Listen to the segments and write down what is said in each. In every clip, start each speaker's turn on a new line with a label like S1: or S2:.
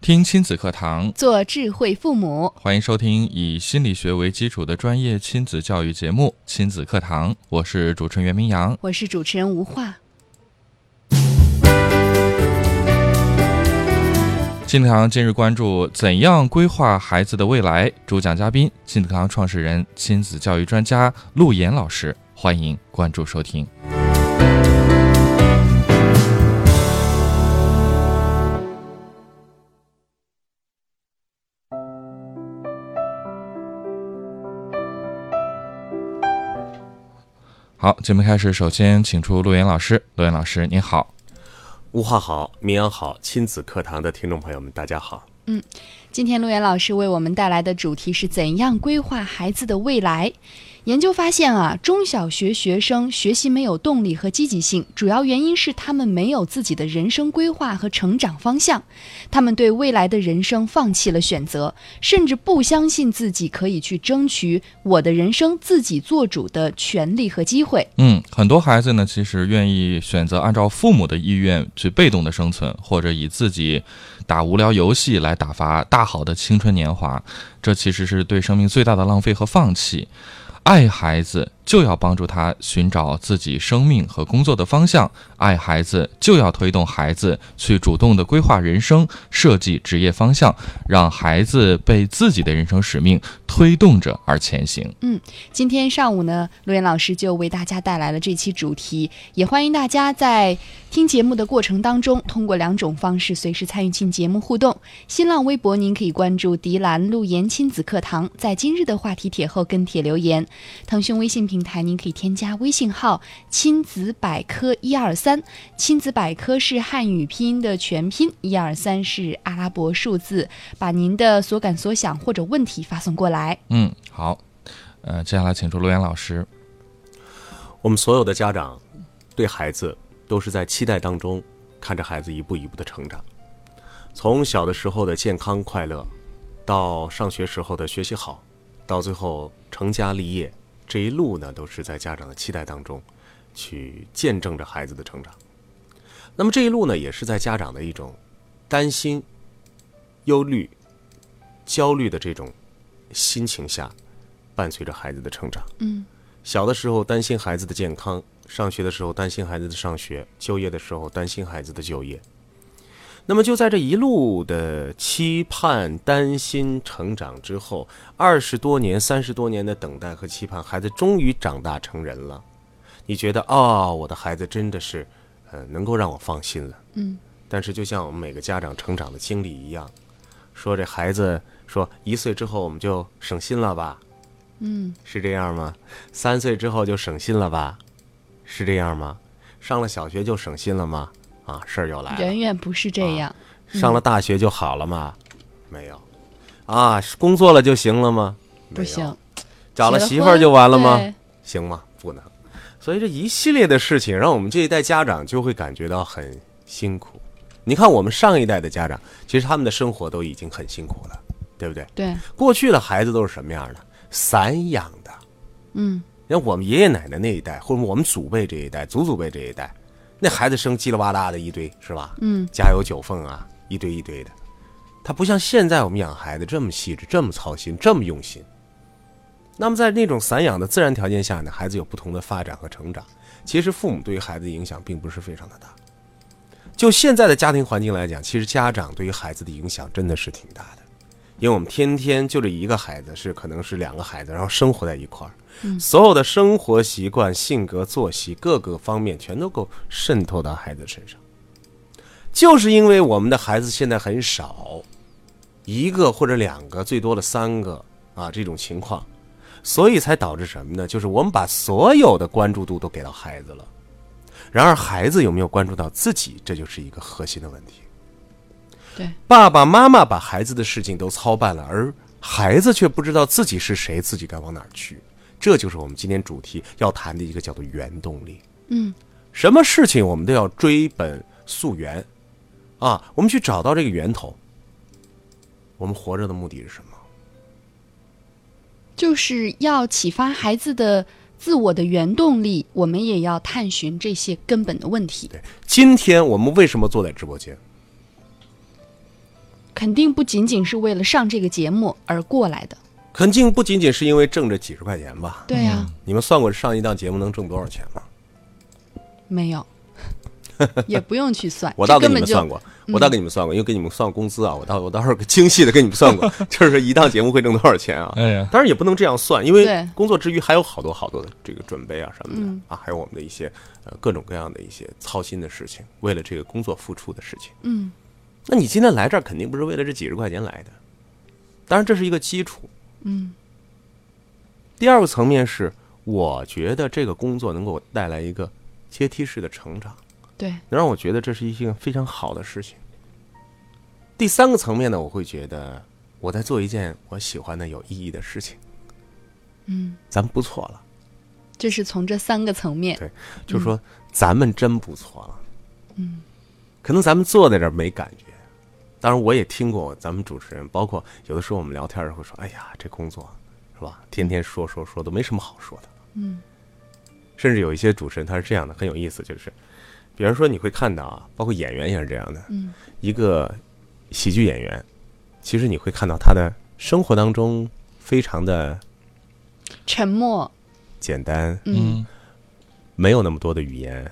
S1: 听亲子课堂，
S2: 做智慧父母。
S1: 欢迎收听以心理学为基础的专业亲子教育节目《亲子课堂》，我是主持人袁明阳。
S2: 我是主持人吴化。
S1: 亲子课堂今日关注：怎样规划孩子的未来？主讲嘉宾：亲子课堂创始人、亲子教育专家陆岩老师。欢迎关注收听。好，节目开始，首先请出陆岩老师。陆岩老师，您好。
S3: 吴话好，民谣好，亲子课堂的听众朋友们，大家好。
S2: 今天陆岩老师为我们带来的主题是怎样规划孩子的未来。研究发现啊，中小学学生学习没有动力和积极性，主要原因是他们没有自己的人生规划和成长方向，他们对未来的人生放弃了选择，甚至不相信自己可以去争取我的人生自己做主的权利和机会。
S1: 嗯，很多孩子呢，其实愿意选择按照父母的意愿去被动的生存，或者以自己打无聊游戏来打发大好的青春年华，这其实是对生命最大的浪费和放弃。爱孩子就要帮助他寻找自己生命和工作的方向，爱孩子就要推动孩子去主动的规划人生、设计职业方向，让孩子被自己的人生使命推动着而前行。
S2: 今天上午呢，陆岩老师就为大家带来了这期主题，也欢迎大家在听节目的过程当中，通过两种方式随时参与进节目互动。新浪微博您可以关注“迪兰陆岩亲子课堂”，在今日的话题帖后跟帖留言；腾讯微信平台您可以添加微信号“亲子百科一二三”，亲子百科是汉语拼音的全拼，一二三是阿拉伯数字，把您的所感所想或者问题发送过来。
S1: 嗯，好，呃，接下来请出陆岩老师。
S3: 我们所有的家长对孩子都是在期待当中看着孩子一步一步的成长，从小的时候的健康快乐，到上学时候的学习好，到最后成家立业，这一路呢都是在家长的期待当中去见证着孩子的成长。那么这一路呢，也是在家长的一种担心、忧虑、焦虑的这种心情下，伴随着孩子的成长。小的时候担心孩子的健康，上学的时候担心孩子的上学，就业的时候担心孩子的就业。那么就在这一路的期盼、担心、成长之后，二十多年、三十多年的等待和期盼，孩子终于长大成人了。你觉得啊、哦我的孩子真的是，呃，能够让我放心了。嗯。但是就像我们每个家长成长的经历一样，说这孩子说一岁之后我们就省心了吧？嗯，是这样吗？三岁之后就省心了吧？是这样吗？上了小学就省心了吗？啊，事儿又来了。
S2: 远远不是这样。
S3: 上了大学就好了吗？没有。啊，工作了就行了吗？没有
S2: 不行，
S3: 找了
S2: 结
S3: 媳妇儿
S2: 婚
S3: 就完了吗？
S2: 对
S3: 行吗？不能。所以这一系列的事情，让我们这一代家长就会感觉到很辛苦。你看，我们上一代的家长，其实他们的生活都已经很辛苦了，对不对？
S2: 对，
S3: 过去的孩子都是什么样的？散养的。
S2: 嗯，
S3: 你看我们爷爷奶奶那一代，或者我们祖辈这一代、祖祖辈这一代，那孩子生叽里哇啦的一堆，是吧？
S2: 嗯，
S3: 家有九凤啊，一堆一堆的。他不像现在我们养孩子这么细致、这么操心、这么用心。那么在那种散养的自然条件下呢，孩子有不同的发展和成长。其实父母对于孩子的影响并不是非常的大。就现在的家庭环境来讲，其实家长对于孩子的影响真的是挺大的，因为我们天天就这一个孩子，是可能是两个孩子，然后生活在一块儿，所有的生活习惯、性格、作息各个方面全都够渗透到孩子身上。就是因为我们的孩子现在很少，一个或者两个，最多的三个啊这种情况，所以才导致什么呢？就是我们把所有的关注度都给到孩子了，然而孩子有没有关注到自己，这就是一个核心的问题。
S2: 对，
S3: 爸爸妈妈把孩子的事情都操办了，而孩子却不知道自己是谁，自己该往哪儿去。这就是我们今天主题要谈的一个叫做原动力。
S2: 嗯，
S3: 什么事情我们都要追本溯源，啊，我们去找到这个源头。我们活着的目的是什么？
S2: 就是要启发孩子的自我的原动力，我们也要探寻这些根本的问题。
S3: 对，今天我们为什么坐在直播间？
S2: 肯定不仅仅是为了上这个节目而过来的。
S3: 肯定不仅仅是因为挣这几十块钱吧？
S2: 对啊呀、
S3: 你们算过上一档节目能挣多少钱吗？
S2: 没 有，也不用去算，
S3: 嗯我
S2: 这
S3: 倒给
S2: 根
S3: 你
S2: 本
S3: 们
S2: 就
S3: 算过，我倒给你们算过，因为给你们算过工资啊，我到我到时候精细的给你们算过，就是一档节目会挣多少钱啊？
S1: 哎呀，
S3: 当然也不能这样算，因为
S2: 对嗯
S3: 工作之余还有好多好多的这个准备啊什么的、啊，还有我们的一些呃各种各样的一些操心的事情，为了这个工作付出的事情。
S2: 嗯，
S3: 那你今天来这儿肯定不是为了这几十块钱来的，当然这是一个基础。嗯，第二个层面是，我觉得这个工作能给我带来一个阶梯式的成长。
S2: 对，
S3: 能让我觉得这是一件非常好的事情。第三个层面呢，我会觉得我在做一件我喜欢的、有意义的事情。嗯，咱不错了，
S2: 这是从这三个层面，
S3: 对，就是说咱们真不错了。嗯，可能咱们坐在这儿没感觉，当然我也听过咱们主持人，包括有的时候我们聊天儿会说：“哎呀，这工作是吧？天天说说说都没什么好说的。”嗯，甚至有一些主持人他是这样的，很有意思，就是比如说你会看到啊，包括演员也是这样的，
S2: 嗯，
S3: 一个喜剧演员，其实你会看到他的生活当中非常的
S2: 沉默，
S3: 简单，
S2: 嗯，
S3: 没有那么多的语言。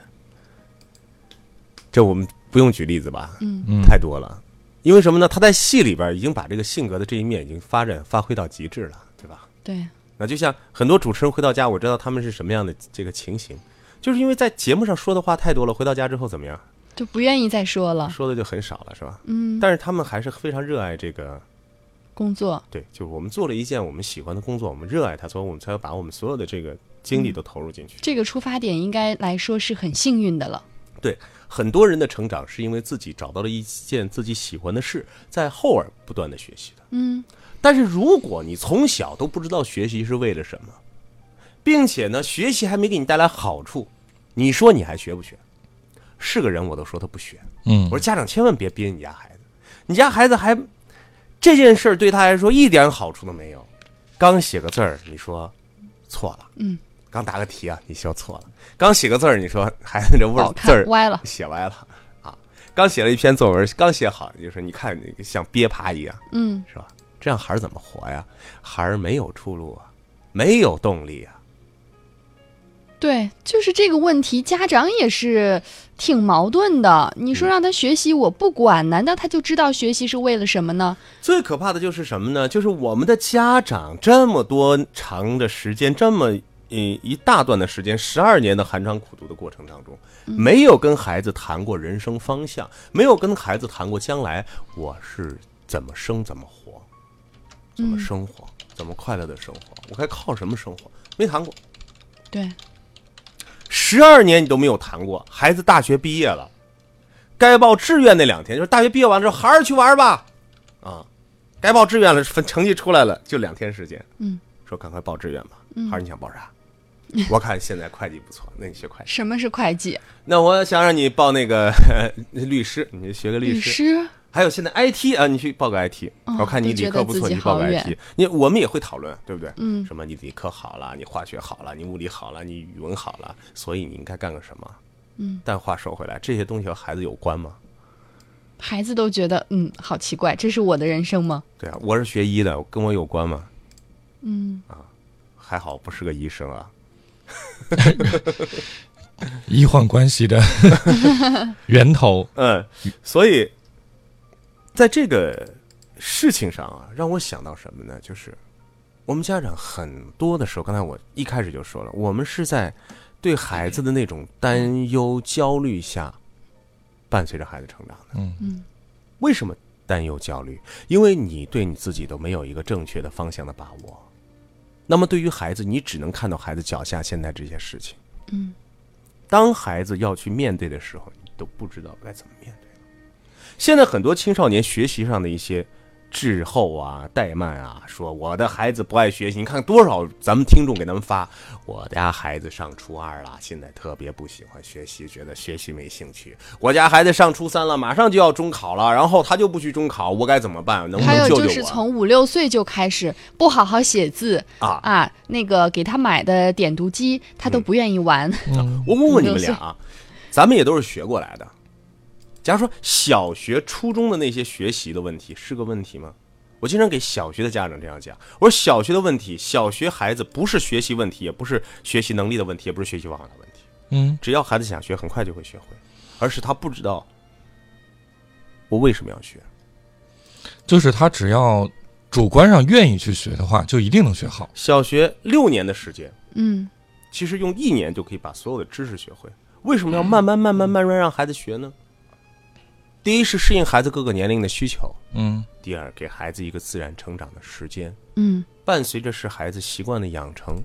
S3: 这我们不用举例子吧，
S1: 嗯
S3: 太多了。因为什么呢？他在戏里边已经把这个性格的这一面已经发展发挥到极致了，对吧？
S2: 对，
S3: 那就像很多主持人回到家，我知道他们是什么样的这个情形，就是因为在节目上说的话太多了，回到家之后怎么样，
S2: 就不愿意再说了。
S3: 说的就很少了，是吧？
S2: 啊嗯，
S3: 但是他们还是非常热爱这个
S2: 工作，
S3: 对，就是我们做了一件我们喜欢的工作，我们热爱它，所以我们才要把我们所有的这个精力都投入进去。
S2: 这个出发点应该来说是很幸运的了。
S3: 对，很多人的成长是因为自己找到了一件自己喜欢的事，在后耳不断的学习的。
S2: 嗯，
S3: 但是如果你从小都不知道学习是为了什么，并且呢，学习还没给你带来好处，你说你还学不学？是个人我都说他不学。
S1: 嗯
S3: 我说家长千万别逼你家孩子，你家孩子还这件事儿对他来说一点好处都没有，刚写个字儿你说错了，
S2: 嗯，
S3: 刚答个题啊你说错了，刚写个字儿你说孩子这味
S2: 好
S3: 儿字
S2: 看
S3: 儿
S2: 歪了。
S3: 写歪了啊，刚写了一篇作文，刚写好你就说你看你像憋爬一样
S2: 嗯，
S3: 是吧？这样孩儿怎么活呀？孩儿没有出路啊，没有动力啊。
S2: 对，就是这个问题，家长也是挺矛盾的。你
S3: 嗯
S2: 说让他学习，我不管，难道他就知道学习是为了什么呢？
S3: 最可怕的就是什么呢？就是我们的家长这么多长的时间，这么嗯一大段的时间，十二年的寒窗苦读的过程当中，没有跟孩子谈过人生方向，没有跟孩子谈过将来我是怎么生怎么活，怎
S2: 嗯
S3: 么生活，怎么快乐的生活，我该靠什么生活？没谈过，
S2: 对，
S3: 十二年你都没有谈过，孩子大学毕业了，该报志愿那两天，就是大学毕业完之后，还是去玩吧，啊，该报志愿了，分成绩出来了，就两天时间，
S2: 嗯，
S3: 说赶快报志愿吧，还是你想报啥？我看现在会计不错，那你学会计。
S2: 什么是会计？
S3: 那我想让你报那个 律师，你学个律
S2: 律师？
S3: 还有现在 IT 啊，你去报个 IT，、
S2: 哦
S3: 我看你理科不
S2: 都
S3: 错，
S2: 觉得自己
S3: 你报个
S2: 好
S3: IT，
S2: 远
S3: 你我们也会讨论，对不对？
S2: 嗯
S3: 什么你理科好了，你化学好了，你物理好了，你语文好了，所以你应该干个什么？
S2: 嗯，
S3: 但话说回来，这些东西和孩子有关吗？
S2: 孩子都觉得，嗯，好奇怪，这是我的人生吗？
S3: 对啊，我是学医的，跟我有关吗？啊
S2: 嗯，
S3: 还好不是个医生啊。
S1: 医患关系 的源头，
S3: 嗯，所以在这个事情上啊，让我想到什么呢？就是我们家长很多的时候，刚才我一开始就说了，我们是在对孩子的那种担忧、焦虑下，伴随着孩子成长的。
S1: 嗯
S2: 嗯，
S3: 为什么担忧、焦虑？因为你对你自己都没有一个正确的方向的把握。那么对于孩子，你只能看到孩子脚下现在这些事情。
S2: 嗯，
S3: 当孩子要去面对的时候，你都不知道该怎么面对了。现在很多青少年学习上的一些滞后啊、怠慢啊，说我的孩子不爱学习。你看多少咱们听众给咱们发，我家孩子上初二了，现在特别不喜欢学习，觉得学习没兴趣。我家孩子上初三了，马上就要中考了，然后他就不去中考，我该怎么办？能不
S2: 还
S3: 能
S2: 有
S3: 救
S2: 就
S3: 救
S2: 是
S3: 我？
S2: 从五六岁就开始不好好写字
S3: 啊
S2: 那个给他买的点读机他
S3: 嗯
S2: 都不愿意玩，
S3: 我问问你
S2: 五
S3: 们
S2: 六岁
S3: 俩啊，咱们也都是学过来的。假如说小学、初中的那些学习的问题是个问题吗？我经常给小学的家长这样讲，我说小学的问题，小学孩子不是学习问题，也不是学习能力的问题，也不是学习方法的问题，
S1: 嗯
S3: 只要孩子想学，很快就会学会，而是他不知道我为什么要学。
S1: 就是他只要主观上愿意去学的话，就一定能学好。
S3: 小学六年的时间，
S2: 嗯，
S3: 其实用一年就可以把所有的知识学会。为什么要慢慢、慢慢、慢慢让孩子学呢？第一是适应孩子各个年龄的需求，
S1: 嗯
S3: 第二给孩子一个自然成长的时间，
S2: 嗯，
S3: 伴随着是孩子习惯的养成，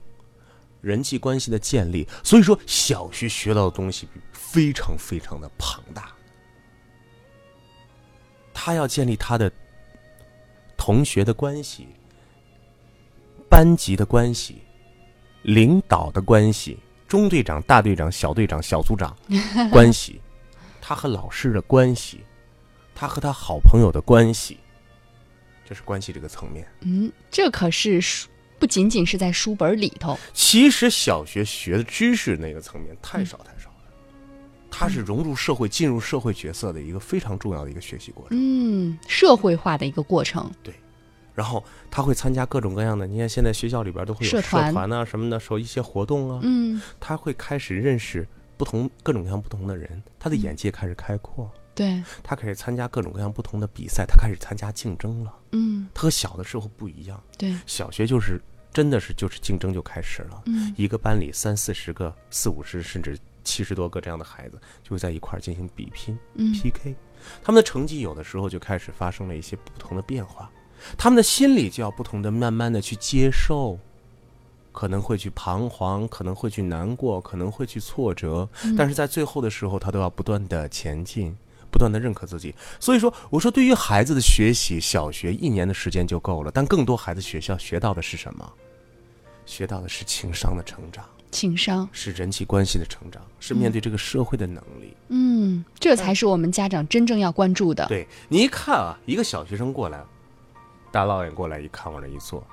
S3: 人际关系的建立。所以说，小学学到的东西非常非常的庞大，他要建立他的同学的关系、班级的关系、领导的关系、中队长、大队长、小队长、小组长关系，他和老师的关系，他和他好朋友的关系，这是关系这个层面。
S2: 嗯这可是书不仅仅是在书本里头，
S3: 其实小学学的知识那个层面太少太少了，它是融入社会、进入社会角色的一个非常重要的一个学习过程。
S2: 嗯，社会化的一个过程，
S3: 然后他会参加各种各样的，你看现在学校里边都会有
S2: 社
S3: 社
S2: 团
S3: 团啊什么的，说一些活动啊，
S2: 嗯，
S3: 他会开始认识不同各种各样不同的人，他的眼界开始开阔，
S2: 对，
S3: 他开始参加各种各样不同的比赛，他开始参加竞争了。
S2: 嗯，
S3: 他和小的时候不一样，
S2: 对，
S3: 小学就是真的是就是竞争就开始了，
S2: 嗯
S3: 一个班里三四十个、四五十甚至七十多个这样的孩子就会在一块儿进行比拼、
S2: 嗯
S3: PK，他们的成绩有的时候就开始发生了一些不同的变化，他们的心理就要不同的慢慢的去接受。可能会去彷徨，可能会去难过，可能会去挫折，但是在最后的时候，他都要不断的前进，不断的认可自己。所以说，我说对于孩子的学习，小学一年的时间就够了，但更多孩子学校学到的是什么？学到的是情商的成长，
S2: 情商，
S3: 是人际关系的成长，是面对这个社会的能力。
S2: 嗯，这才是我们家长真正要关注的，
S3: 对你一看啊，一个小学生过来，大老远过来一看，往这一坐，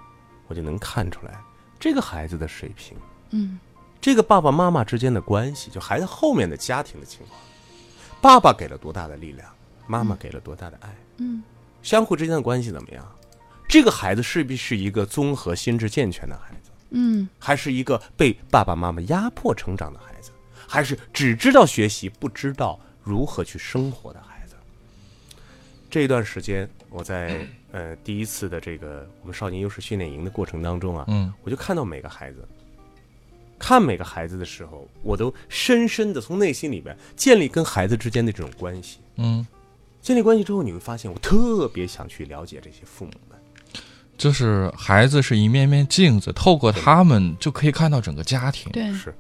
S3: 我就能看出来这个孩子的水平，
S2: 嗯，
S3: 这个爸爸妈妈之间的关系，就孩子后面的家庭的情况，爸爸给了多大的力量，妈妈给了多大的爱，
S2: 嗯，
S3: 相互之间的关系怎么样？这个孩子势必是一个综合心智健全的孩子，
S2: 嗯，
S3: 还是一个被爸爸妈妈压迫成长的孩子，还是只知道学习不知道如何去生活的孩子？这一段时间，我在呃第一次的这个我们少年优势训练营的过程当中啊，
S1: 嗯，
S3: 我就看到每个孩子，看每个孩子的时候，我都深深的从内心里边建立跟孩子之间的这种关系。
S1: 嗯，
S3: 建立关系之后，你会发现，我特别想去了解这些父母们。
S1: 就是孩子是一面面镜子，透过他们就可以看到整个家庭。
S2: 对，嗯
S3: 是，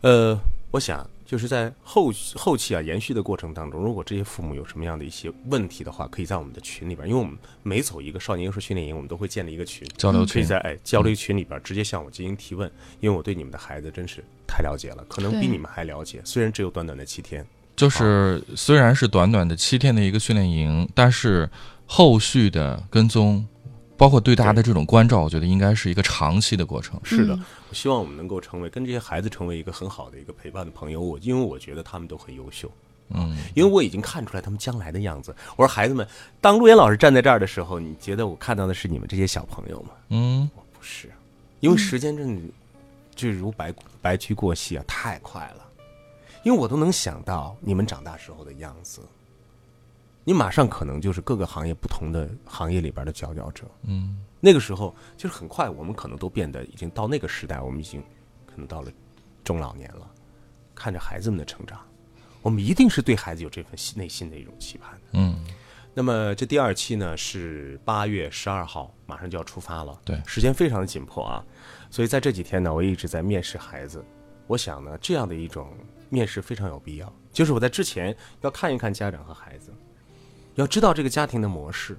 S3: 呃，我想就是在后后期啊延续的过程当中，如果这些父母有什么样的一些问题的话，可以在我们的群里边，因为我们每走一个少年优势训练营，我们都会建立一个群
S1: 交流
S3: 可以
S1: 群
S3: 在哎交流群里边直接向我进行提问，因为我对你们的孩子真是太了解了，可能比
S2: 对
S3: 你们还了解，虽然只有短短的七天。
S1: 就是虽然是短短的七天的一个训练营，但是后续的跟踪，包括对大家的这种关照，我觉得应该是一个长期的过程。
S3: 是
S2: 嗯
S3: 的，我希望我们能够成为跟这些孩子成为一个很好的一个陪伴的朋友。我因为我觉得他们都很优秀，
S1: 嗯，
S3: 因为我已经看出来他们将来的样子。我说孩子们，当陆岩老师站在这儿的时候，你觉得我看到的是你们这些小朋友吗？
S1: 嗯，
S3: 不是，啊因为时间真的就如白骨白驹过隙啊，太快了。因为我都能想到你们长大时候的样子，你马上可能就是各个行业不同的行业里边的佼佼者。嗯，那个时候就是很快，我们可能都变得已经到那个时代，我们已经可能到了中老年了，看着孩子们的成长，我们一定是对孩子有这份心内心的一种期盼的。那么这第二期呢是八月十二号，马上就要出发了，
S1: 对
S3: 时间非常的紧迫啊，所以在这几天呢，我一直在面试孩子。我想呢，这样的一种面试非常有必要，就是我在之前要看一看家长和孩子，要知道这个家庭的模式，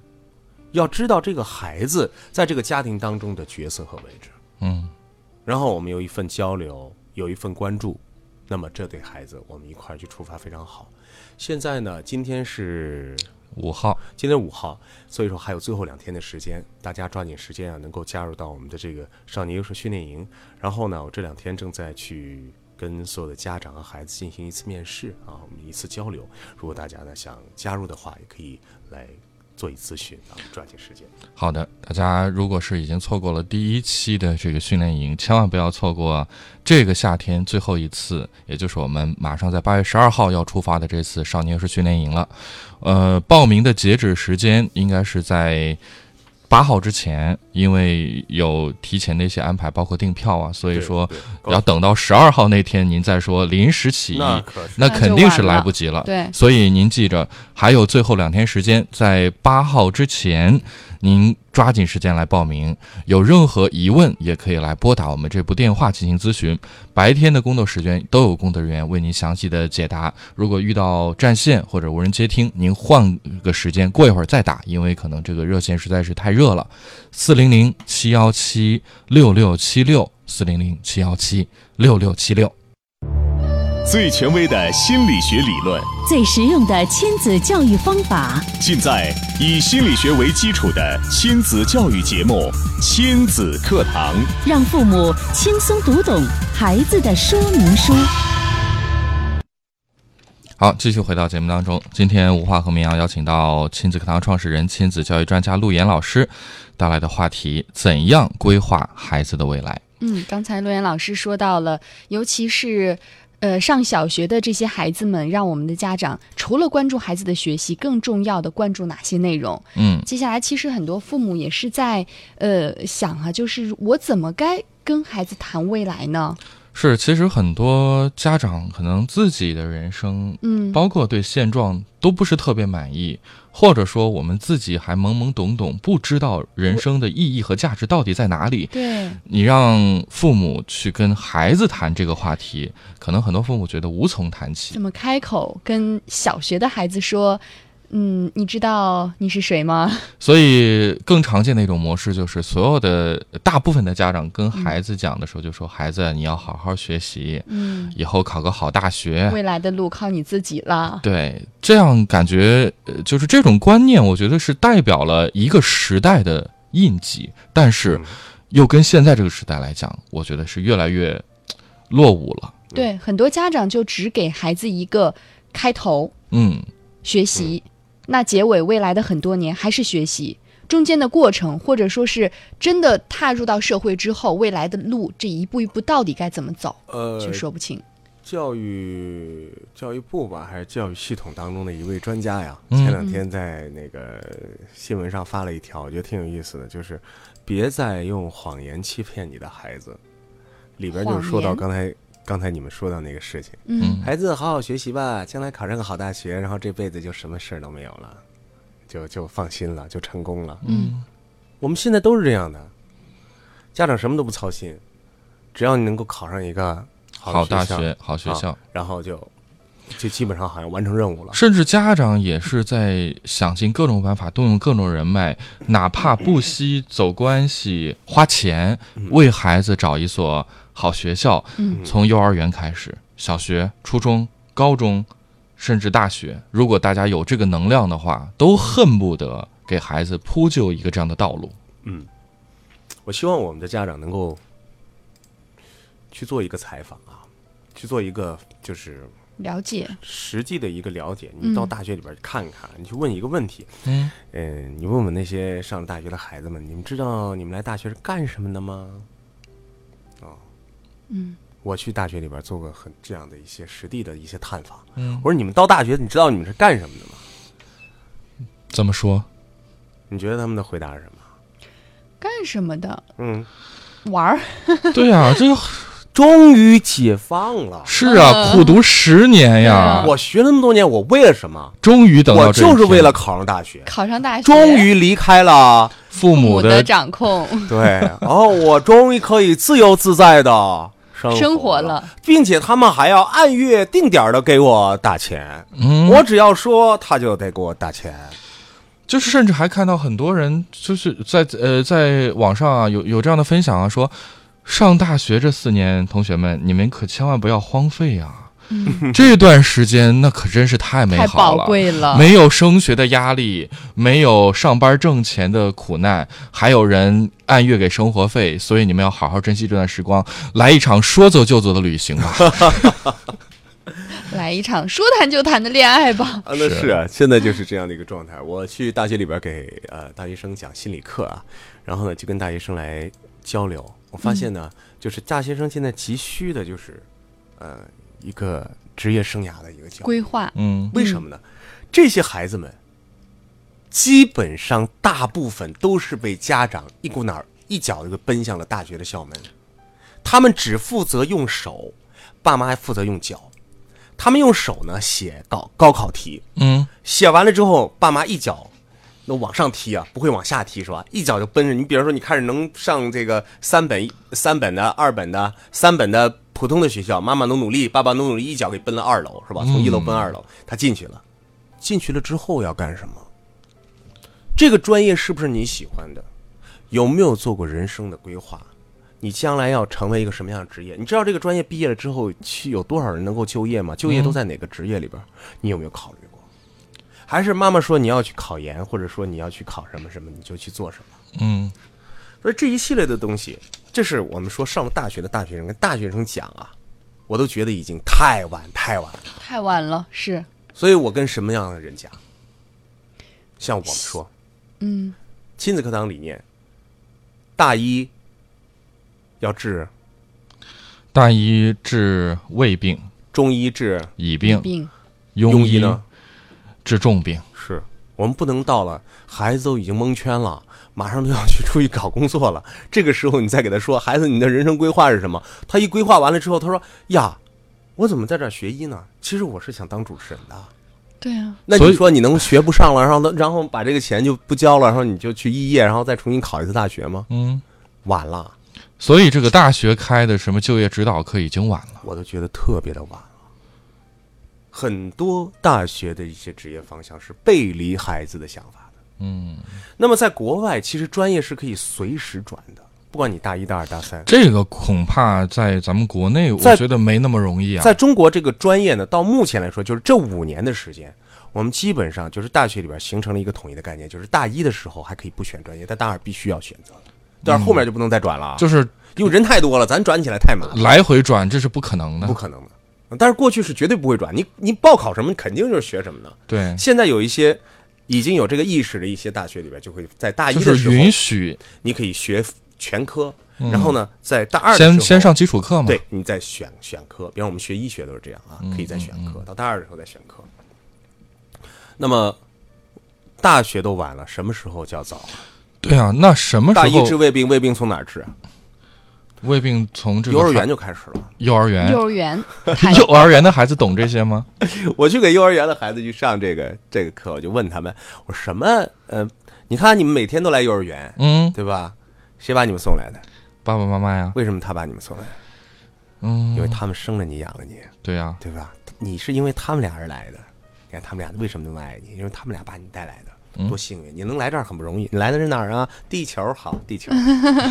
S3: 要知道这个孩子在这个家庭当中的角色和位置。
S1: 嗯，
S3: 然后我们有一份交流，有一份关注，那么这对孩子我们一块儿去出发非常好。现在呢，今天是
S1: 五号，
S3: 今天五号，所以说还有最后两天的时间，大家抓紧时间啊，能够加入到我们的这个少年优势训练营。然后呢，我这两天正在去跟所有的家长和孩子进行一次面试啊，我们一次交流。如果大家呢想加入的话，也可以来做一咨询啊，我们抓紧时间。
S1: 好的，大家如果是已经错过了第一期的这个训练营，千万不要错过这个夏天最后一次，也就是我们马上在八月十二号要出发的这次少年式训练营了。呃，报名的截止时间应该是在八号之前，因为有提前的一些安排，包括订票啊，所以说
S3: 对对高
S1: 要等到十二号那天您再说临时起意，
S3: 那可是
S1: 那肯定是来不及了。
S2: 对
S1: 所以您记着，还有最后两天时间，在八号之前，您抓紧时间来报名。有任何疑问，也可以来拨打我们这部电话进行咨询。白天的工作时间都有工作人员为您详细的解答。如果遇到占线或者无人接听，您换个时间，过一会儿再打，因为可能这个热线实在是太热了。四零零七幺七六六七六，四零零七幺七六六七六。
S4: 最权威的心理学理论，
S5: 最实用的亲子教育方法，
S4: 尽在以心理学为基础的亲子教育节目《亲子课堂》。
S5: 让父母轻松读懂孩子的说明书。
S1: 好，继续回到节目当中。今天无话和绵羊邀请到亲子课堂创始人、亲子教育专家陆岩老师带来的话题：怎样规划孩子的未来？
S2: 嗯，刚才陆岩老师说到了，尤其是。呃，上小学的这些孩子们，让我们的家长除了关注孩子的学习，更重要的关注哪些内容？
S1: 嗯，
S2: 接下来其实很多父母也是在呃想啊，就是我怎么该跟孩子谈未来呢？
S1: 是，其实很多家长可能自己的人生，
S2: 嗯，
S1: 包括对现状都不是特别满意，或者说我们自己还懵懵懂懂，不知道人生的意义和价值到底在哪里。
S2: 对，
S1: 你让父母去跟孩子谈这个话题，可能很多父母觉得无从谈起
S2: 怎。么开口跟小学的孩子说？嗯，你知道你是谁吗？
S1: 所以更常见的一种模式就是，所有的大部分的家长跟孩子讲的时候，就说：“孩子，你要好好学习，
S2: 嗯，
S1: 以后考个好大学。
S2: 未来的路靠你自己了”。
S1: 对，这样感觉，呃，就是这种观念，我觉得是代表了一个时代的印记，但是
S3: 嗯
S1: 又跟现在这个时代来讲，我觉得是越来越呃落伍了。
S2: 对，很多家长就只给孩子一个开头
S1: 嗯，
S2: 学习，那结尾未来的很多年还是学习。中间的过程，或者说是真的踏入到社会之后，未来的路这一步一步到底该怎么走，
S3: 呃，
S2: 却说不清。
S3: 教育教育部吧，还是教育系统当中的一位专家呀，
S1: 嗯
S3: 前两天在那个新闻上发了一条，我觉得挺有意思的，就是别再用谎言欺骗你的孩子。里边就是说到
S2: 谎言
S3: 刚才刚才你们说到那个事情，
S2: 嗯，
S3: 孩子好好学习吧，将来考上个好大学，然后这辈子就什么事儿都没有了，就就放心了，就成功了。
S2: 嗯，
S3: 我们现在都是这样的，家长什么都不操心，只要你能够考上一个
S1: 好
S3: 的
S1: 大
S3: 学校
S1: 学，好学
S3: 啊
S1: 校。
S3: 然后就就基本上好像完成任务了。
S1: 甚至家长也是在想尽各种办法，动用各种人脉，哪怕不惜走关系、花钱，
S3: 嗯
S1: 为孩子找一所好学校。
S2: 嗯
S1: 从幼儿园开始，小学、初中、高中，甚至大学，如果大家有这个能量的话，都恨不得给孩子铺就一个这样的道路。
S3: 我希望我们的家长能够去做一个采访啊，去做一个就是
S2: 了解。
S3: 实际的一个了解。你到大学里边看看，你去问一个问题，
S1: 嗯
S3: 嗯，你问问那些上了大学的孩子们，你们知道你们来大学是干什么的吗？哦，
S2: 嗯，
S3: 我去大学里边做过很这样的一些实地的一些探访。
S1: 嗯
S3: 我说你们到大学，你知道你们是干什么的吗？
S1: 怎么说？
S3: 你觉得他们的回答是什么？
S2: 干什么的？
S3: 嗯，
S2: 玩儿。
S1: 对呀、这个
S3: 终于解放了。
S1: 是啊，苦读十年呀，
S3: 我学了那么多年，我为了什么？
S1: 终于啊等到
S3: 啊我
S1: 这一
S3: 就是为
S1: 天
S3: 了考上大学，
S2: 考上大学，
S3: 终于离开 了。
S1: 父母
S2: 母
S1: 的
S2: 掌控。
S3: 对，然后我终于可以自由自在的生
S2: 生
S3: 活
S2: 活了，
S3: 并且他们还要按月定点的给我打钱。
S1: 嗯，
S3: 我只要说，他就得给我打钱。
S1: 就是甚至还看到很多人就是在呃在网上啊有有这样的分享啊，说上大学这四年，同学们你们可千万不要荒废啊！这段时间那可真是太美
S2: 嗯太
S1: 好
S2: 宝
S1: 了。
S2: 贵了，
S1: 没有升学的压力，没有上班挣钱的苦难，还有人按月给生活费，所以你们要好好珍惜这段时光，来一场说走就走的旅行吧。
S2: 来一场说谈就谈的恋爱吧。
S3: 啊，那
S1: 是
S3: 是啊，现在就是这样的一个状态。我去大学里边给呃大学生讲心理课啊，然后呢就跟大学生来交流，我发现呢，就是大学生现在急需的就是，呃，一个职业生涯的一个交流。
S2: 规划，
S1: 嗯，
S3: 为什么呢？这些孩子们基本上大部分都是被家长一股脑儿一脚就给奔向了大学的校门，他们只负责用手，爸妈还负责用脚。他们用手呢写高高考题，
S1: 嗯，
S3: 写完了之后，爸妈一脚，那往上踢啊，不会往下踢是吧？一脚就奔着你，比如说你开始能上这个三本、三本的、二本的、三本的普通的学校，妈妈努努力，爸爸努努力，一脚给奔了二楼是吧？从一楼奔二楼，他进去了，嗯进去了之后要干什么？这个专业是不是你喜欢的？有没有做过人生的规划？你将来要成为一个什么样的职业？你知道这个专业毕业了之后，去有多少人能够就业吗？就业都在哪个职业里边？你有没有考虑过？还是妈妈说你要去考研，或者说你要去考什么什么，你就去做什么？
S1: 嗯，
S3: 所以这一系列的东西，这是我们说上了大学的大学生跟大学生讲啊，我都觉得已经太晚太晚了。
S2: 太晚了，是，
S3: 所以我跟什么样的人讲？像我们说，
S2: 嗯，
S3: 亲子课堂理念，大一要治
S1: 大医治胃病、
S3: 中医治
S1: 乙病，
S2: 病
S1: 庸
S3: 医
S1: 医
S3: 呢，
S1: 治重病。
S3: 是我们不能到了孩子都已经蒙圈了，马上都要去出去搞工作了，这个时候你再给他说孩子你的人生规划是什么？他一规划完了之后，他说呀，我怎么在这儿学医呢？其实我是想当主持人的。
S2: 对啊，
S3: 那
S1: 所
S3: 你
S1: 以
S3: 说你能学不上了，然后他然后把这个钱就不交了，然后你就去肄业，然后再重新考一次大学吗？
S1: 嗯，
S3: 晚了，
S1: 所以这个大学开的什么就业指导课已经晚了。
S3: 我都觉得特别的晚了。很多大学的一些职业方向是背离孩子的想法的。
S1: 嗯，
S3: 那么在国外，其实专业是可以随时转的，不管你大一、大二、大三。
S1: 这个恐怕在咱们国内，我
S3: 在
S1: 觉得没那么容易啊。
S3: 在中国这个专业呢，到目前来说，就是这五年的时间，我们基本上就是大学里边形成了一个统一的概念，就是大一的时候还可以不选专业，但大二必须要选择。但是后面就不能再转了啊，
S1: 嗯就是
S3: 因为人太多了，咱转起来太麻烦，
S1: 来回转，这是不可能的
S3: 不。可能的。但是过去是绝对不会转，你你报考什么，肯定就是学什么的。
S1: 对，
S3: 现在有一些已经有这个意识的一些大学里边，就会在大一
S1: 就
S3: 的时
S1: 是
S3: 候，
S1: 允许嗯
S3: 你可以学全科，然后呢，在大二的时候
S1: 先先上基础课嘛。嗯
S3: 对，你再选选科，比方我们学医学都是这样啊，可以再选科，到大二的时候再选科。那么大学都晚了，什么时候叫早啊？
S1: 对啊，那什么时
S3: 大一治
S1: 候
S3: 胃病，胃病从哪儿治啊？
S1: 胃病从这个
S3: 幼儿园
S1: 孩
S3: 就开始 了。
S1: 幼儿园
S2: 幼儿园，太
S1: 哎 幼儿园的孩子懂这些吗？
S3: 我去给幼儿园的孩子去上这个这个课，我就问他们，我说什么？呃，你看你们每天都来幼儿园，
S1: 嗯，
S3: 对吧？谁把你们送来的？
S1: 爸爸妈妈呀，
S3: 为什么他把你们送来的？因为
S1: 嗯，
S3: 他们生了你，养了你，
S1: 对啊呀、
S3: 对吧？你是因为他们俩而来的，你看他们俩为什么那么爱你？因为他们俩把你带来
S2: 嗯
S3: 的，多幸运！你能来这儿很不容易，你来的是哪儿啊？地球好，地球。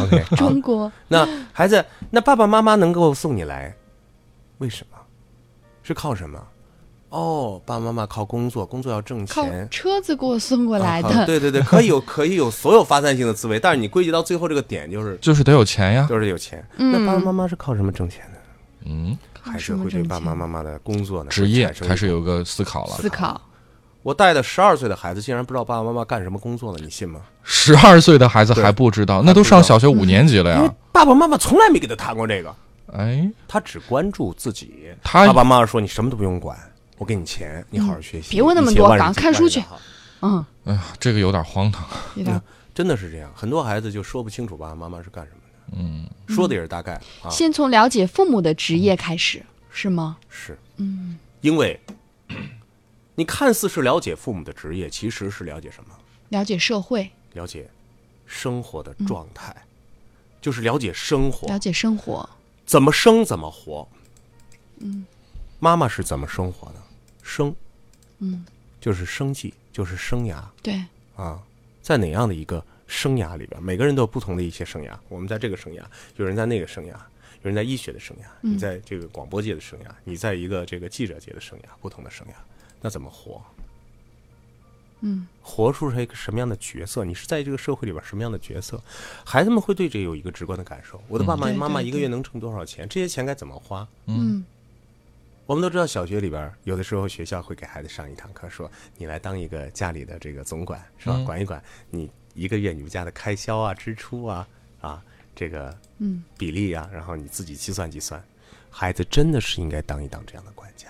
S3: OK，好
S2: 中。国
S3: 那孩子，那爸爸妈妈能够送你来，为什么？是靠什么？哦，爸爸妈妈靠工作，工作要挣
S2: 靠
S3: 钱。
S2: 车子给我送过来
S3: 啊靠
S2: 的，
S3: 对对对，可以有可以有所有发散性的思维，但是你归结到最后这个点就是
S1: 就是得有钱呀。
S3: 就是有钱。
S2: 嗯
S3: 那爸爸妈妈是靠什么挣钱的？
S1: 嗯，
S2: 靠
S3: 还
S2: 什
S3: 是
S2: 么
S3: 会对
S2: 挣
S3: 爸爸
S2: 钱？
S3: 妈妈的工作呢
S1: 职业
S3: 产生
S1: 开始有个思考了。
S2: 思考，
S3: 我带的十二岁的孩子竟然不知道爸爸妈妈干什么工作呢，你信吗？
S1: 十二岁的孩子还不知道，那都上小学五年级了
S3: 因为
S1: 呀。
S3: 爸爸妈妈从来没给他谈过这个，
S1: 哎，
S3: 他只关注自己。
S1: 他
S3: 爸爸妈妈说你什么都不用管，我给你钱，你好好学习，
S2: 嗯别问那么多
S3: 一切万事
S2: 赶快看书去
S3: 万事好
S2: 嗯，
S1: 哎呀，这个有点荒唐。
S2: 有点
S3: 真的是这样，很多孩子就说不清楚爸爸妈妈是干什么的，
S1: 嗯，
S3: 说的也是大概啊，
S2: 先从了解父母的职业开始，是吗？
S3: 是，嗯，因为 你看似是了解父母的职业，其实是了解什么？
S2: 了解社会，
S3: 了解生活的状态，就是了解生活，
S2: 了解生活，
S3: 怎么生怎么活。嗯，妈妈是怎么生活的？生，嗯，就是生计，就是生涯
S2: 对，
S3: 啊，在哪样的一个生涯里边，每个人都有不同的一些生涯。我们在这个生涯，有人在那个生涯，有人在医学的生涯，
S2: 嗯
S3: 你在这个广播界的生涯，你在一个这个记者界的生涯，不同的生涯，那怎么活？嗯，活出来一个什么样的角色？你是在这个社会里边什么样的角色？孩子们会对这有一个直观的感受。我的爸爸
S2: 嗯对
S3: 妈妈
S2: 对
S3: 一个
S2: 对
S3: 月能挣多少钱？这些钱该怎么花？
S2: 嗯
S3: 我们都知道，小学里边儿有的时候学校会给孩子上一堂课，说你来当一个家里的这个总管，是吧？
S1: 嗯
S3: 管一管你一个月你们家的开销啊、支出啊、啊这个
S2: 嗯
S3: 比例啊，然后你自己计算计算。孩子真的是应该当一当这样的管家，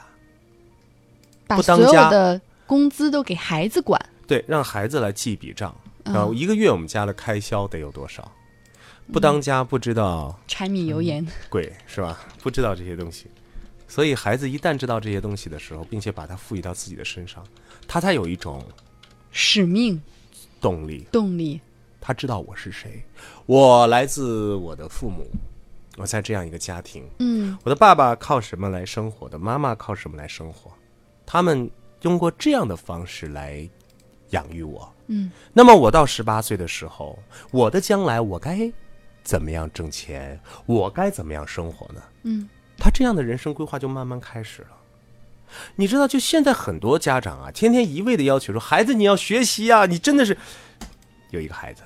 S2: 把
S3: 不当
S2: 所有
S3: 家
S2: 的工资都给孩子管，
S3: 对，让孩子来记一笔账。
S2: 嗯
S3: 啊，一个月我们家的开销得有多少？不
S2: 嗯
S3: 当家不知道
S2: 柴米油盐。
S3: 贵是吧？不知道这些东西，所以孩子一旦知道这些东西的时候，并且把它赋予到自己的身上，他才有一种
S2: 使命
S3: 动力。
S2: 动力，
S3: 他知道我是谁，我来自我的父母，我在这样一个家庭，
S2: 嗯
S3: 我的爸爸靠什么来生活？我的妈妈靠什么来生活？他们通过这样的方式来养育我。
S2: 嗯，
S3: 那么我到十八岁的时候，我的将来我该怎么样挣钱？我该怎么样生活呢？
S2: 嗯，
S3: 他这样的人生规划就慢慢开始了。你知道，就现在很多家长啊，天天一味的要求说，孩子你要学习啊，你真的是有一个孩子，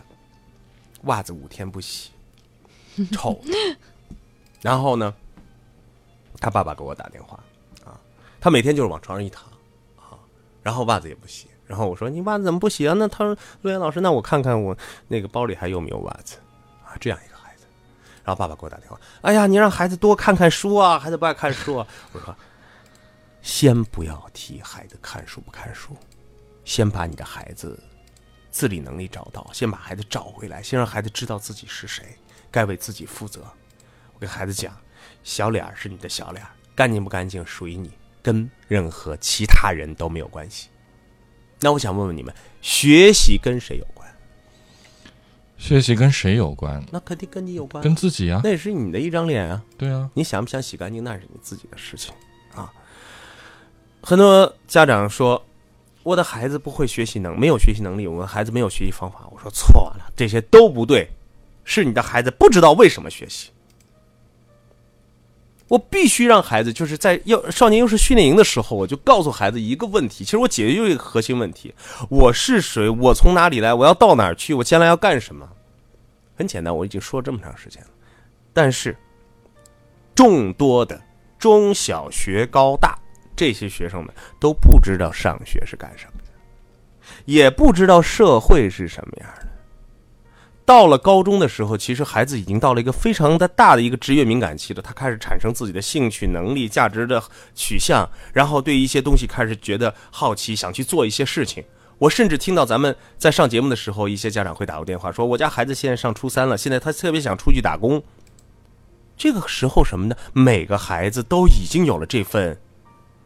S3: 袜子五天不洗，臭。 然后呢，他爸爸给我打电话啊，他每天就是往床上一躺啊，然后袜子也不洗。然后我说你袜子怎么不洗啊？那他说陆岩老师，那我看看我那个包里还有没有袜子啊？这样一个孩子，然后爸爸给我打电话，哎呀，你让孩子多看看书啊，孩子不爱看书啊。我说先不要提孩子看书不看书，先把你的孩子自理能力找到，先把孩子找回来，先让孩子知道自己是谁，该为自己负责。我跟孩子讲，小脸儿是你的小脸儿，干净不干净属于你，跟任何其他人都没有关系。那我想问问你们，学习跟谁有关？
S1: 学习跟谁有关？
S3: 那肯定跟你有关啊，
S1: 跟自己啊，
S3: 那也是你的一张脸啊。
S1: 对啊，
S3: 你想不想洗干净那是你自己的事情啊。很多家长说，我的孩子不会学习能，没有学习能力，我的孩子没有学习方法。我说错了，这些都不对，是你的孩子不知道为什么学习。我必须让孩子就是在幼少年幼师训练营的时候，我就告诉孩子一个问题，其实我解决就一个核心问题：我是谁？我从哪里来？我要到哪儿去？我将来要干什么？很简单，我已经说这么长时间了，但是众多的中小学、高大这些学生们都不知道上学是干什么的，也不知道社会是什么样的。到了高中的时候，其实孩子已经到了一个非常的大的一个职业敏感期了，他开始产生自己的兴趣、能力、价值的取向，然后对一些东西开始觉得好奇，想去做一些事情。我甚至听到咱们在上节目的时候，一些家长会打过电话说，我家孩子现在上初三了，现在他特别想出去打工，这个时候什么呢？每个孩子都已经有了这份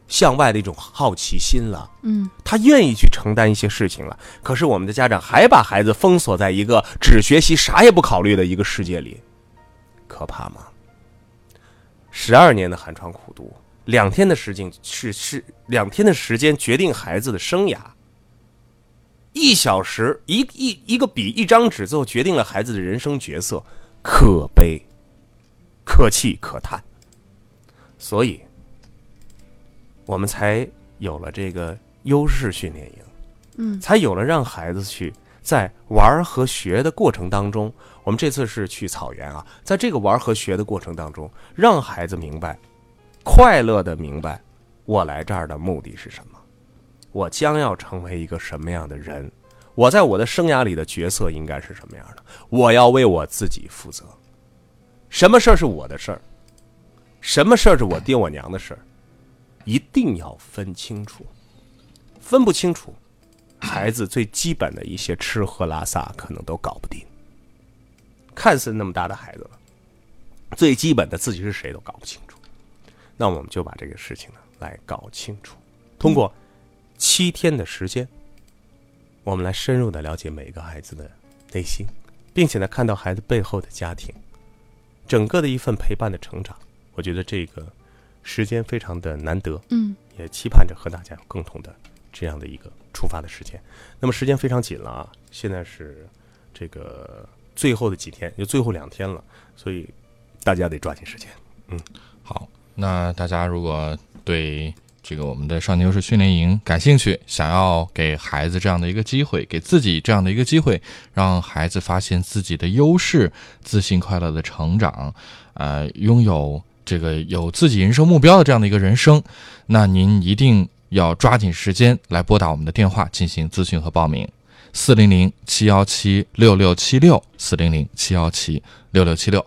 S3: 向外的一种好奇心了，
S2: 嗯，
S3: 他愿意去承担一些事情了。可是我们的家长还把孩子封锁在一个只学习啥也不考虑的一个世界里，可怕吗？十二年的寒窗苦读，两天的时间是是两天的时间决定孩子的生涯。一小时一一一个笔一张纸，最后决定了孩子的人生角色，可悲。可气可叹。所以，我们才有了这个优势训练营，
S2: 嗯
S3: 才有了让孩子去在玩儿和学的过程当中，我们这次是去草原啊，在这个玩儿和学的过程当中，让孩子明白，快乐的明白，我来这儿的目的是什么，我将要成为一个什么样的人。我在我的生涯里的角色应该是什么样的？我要为我自己负责。什么事儿是我的事儿，什么事儿是我爹我娘的事儿，一定要分清楚。分不清楚，孩子最基本的一些吃喝拉撒可能都搞不定。看似那么大的孩子了，最基本的自己是谁都搞不清楚。那我们就把这个事情呢来搞清楚，通过七天的时间，我们来深入的了解每个孩子的内心，并且呢看到孩子背后的家庭。整个的一份陪伴的成长，我觉得这个时间非常的难得，
S2: 嗯，
S3: 也期盼着和大家有共同的这样的一个出发的时间。那么时间非常紧了啊，现在是这个最后的几天，就最后两天了，所以大家得抓紧时间。
S1: 好，那大家如果对这个我们的少年优势训练营感兴趣，想要给孩子这样的一个机会，给自己这样的一个机会，让孩子发现自己的优势，自信快乐的成长，呃，拥有这个有自己人生目标的这样的一个人生，那您一定要抓紧时间来拨打我们的电话进行咨询和报名。四零零七幺七六六七六，四零零七幺七六六七六。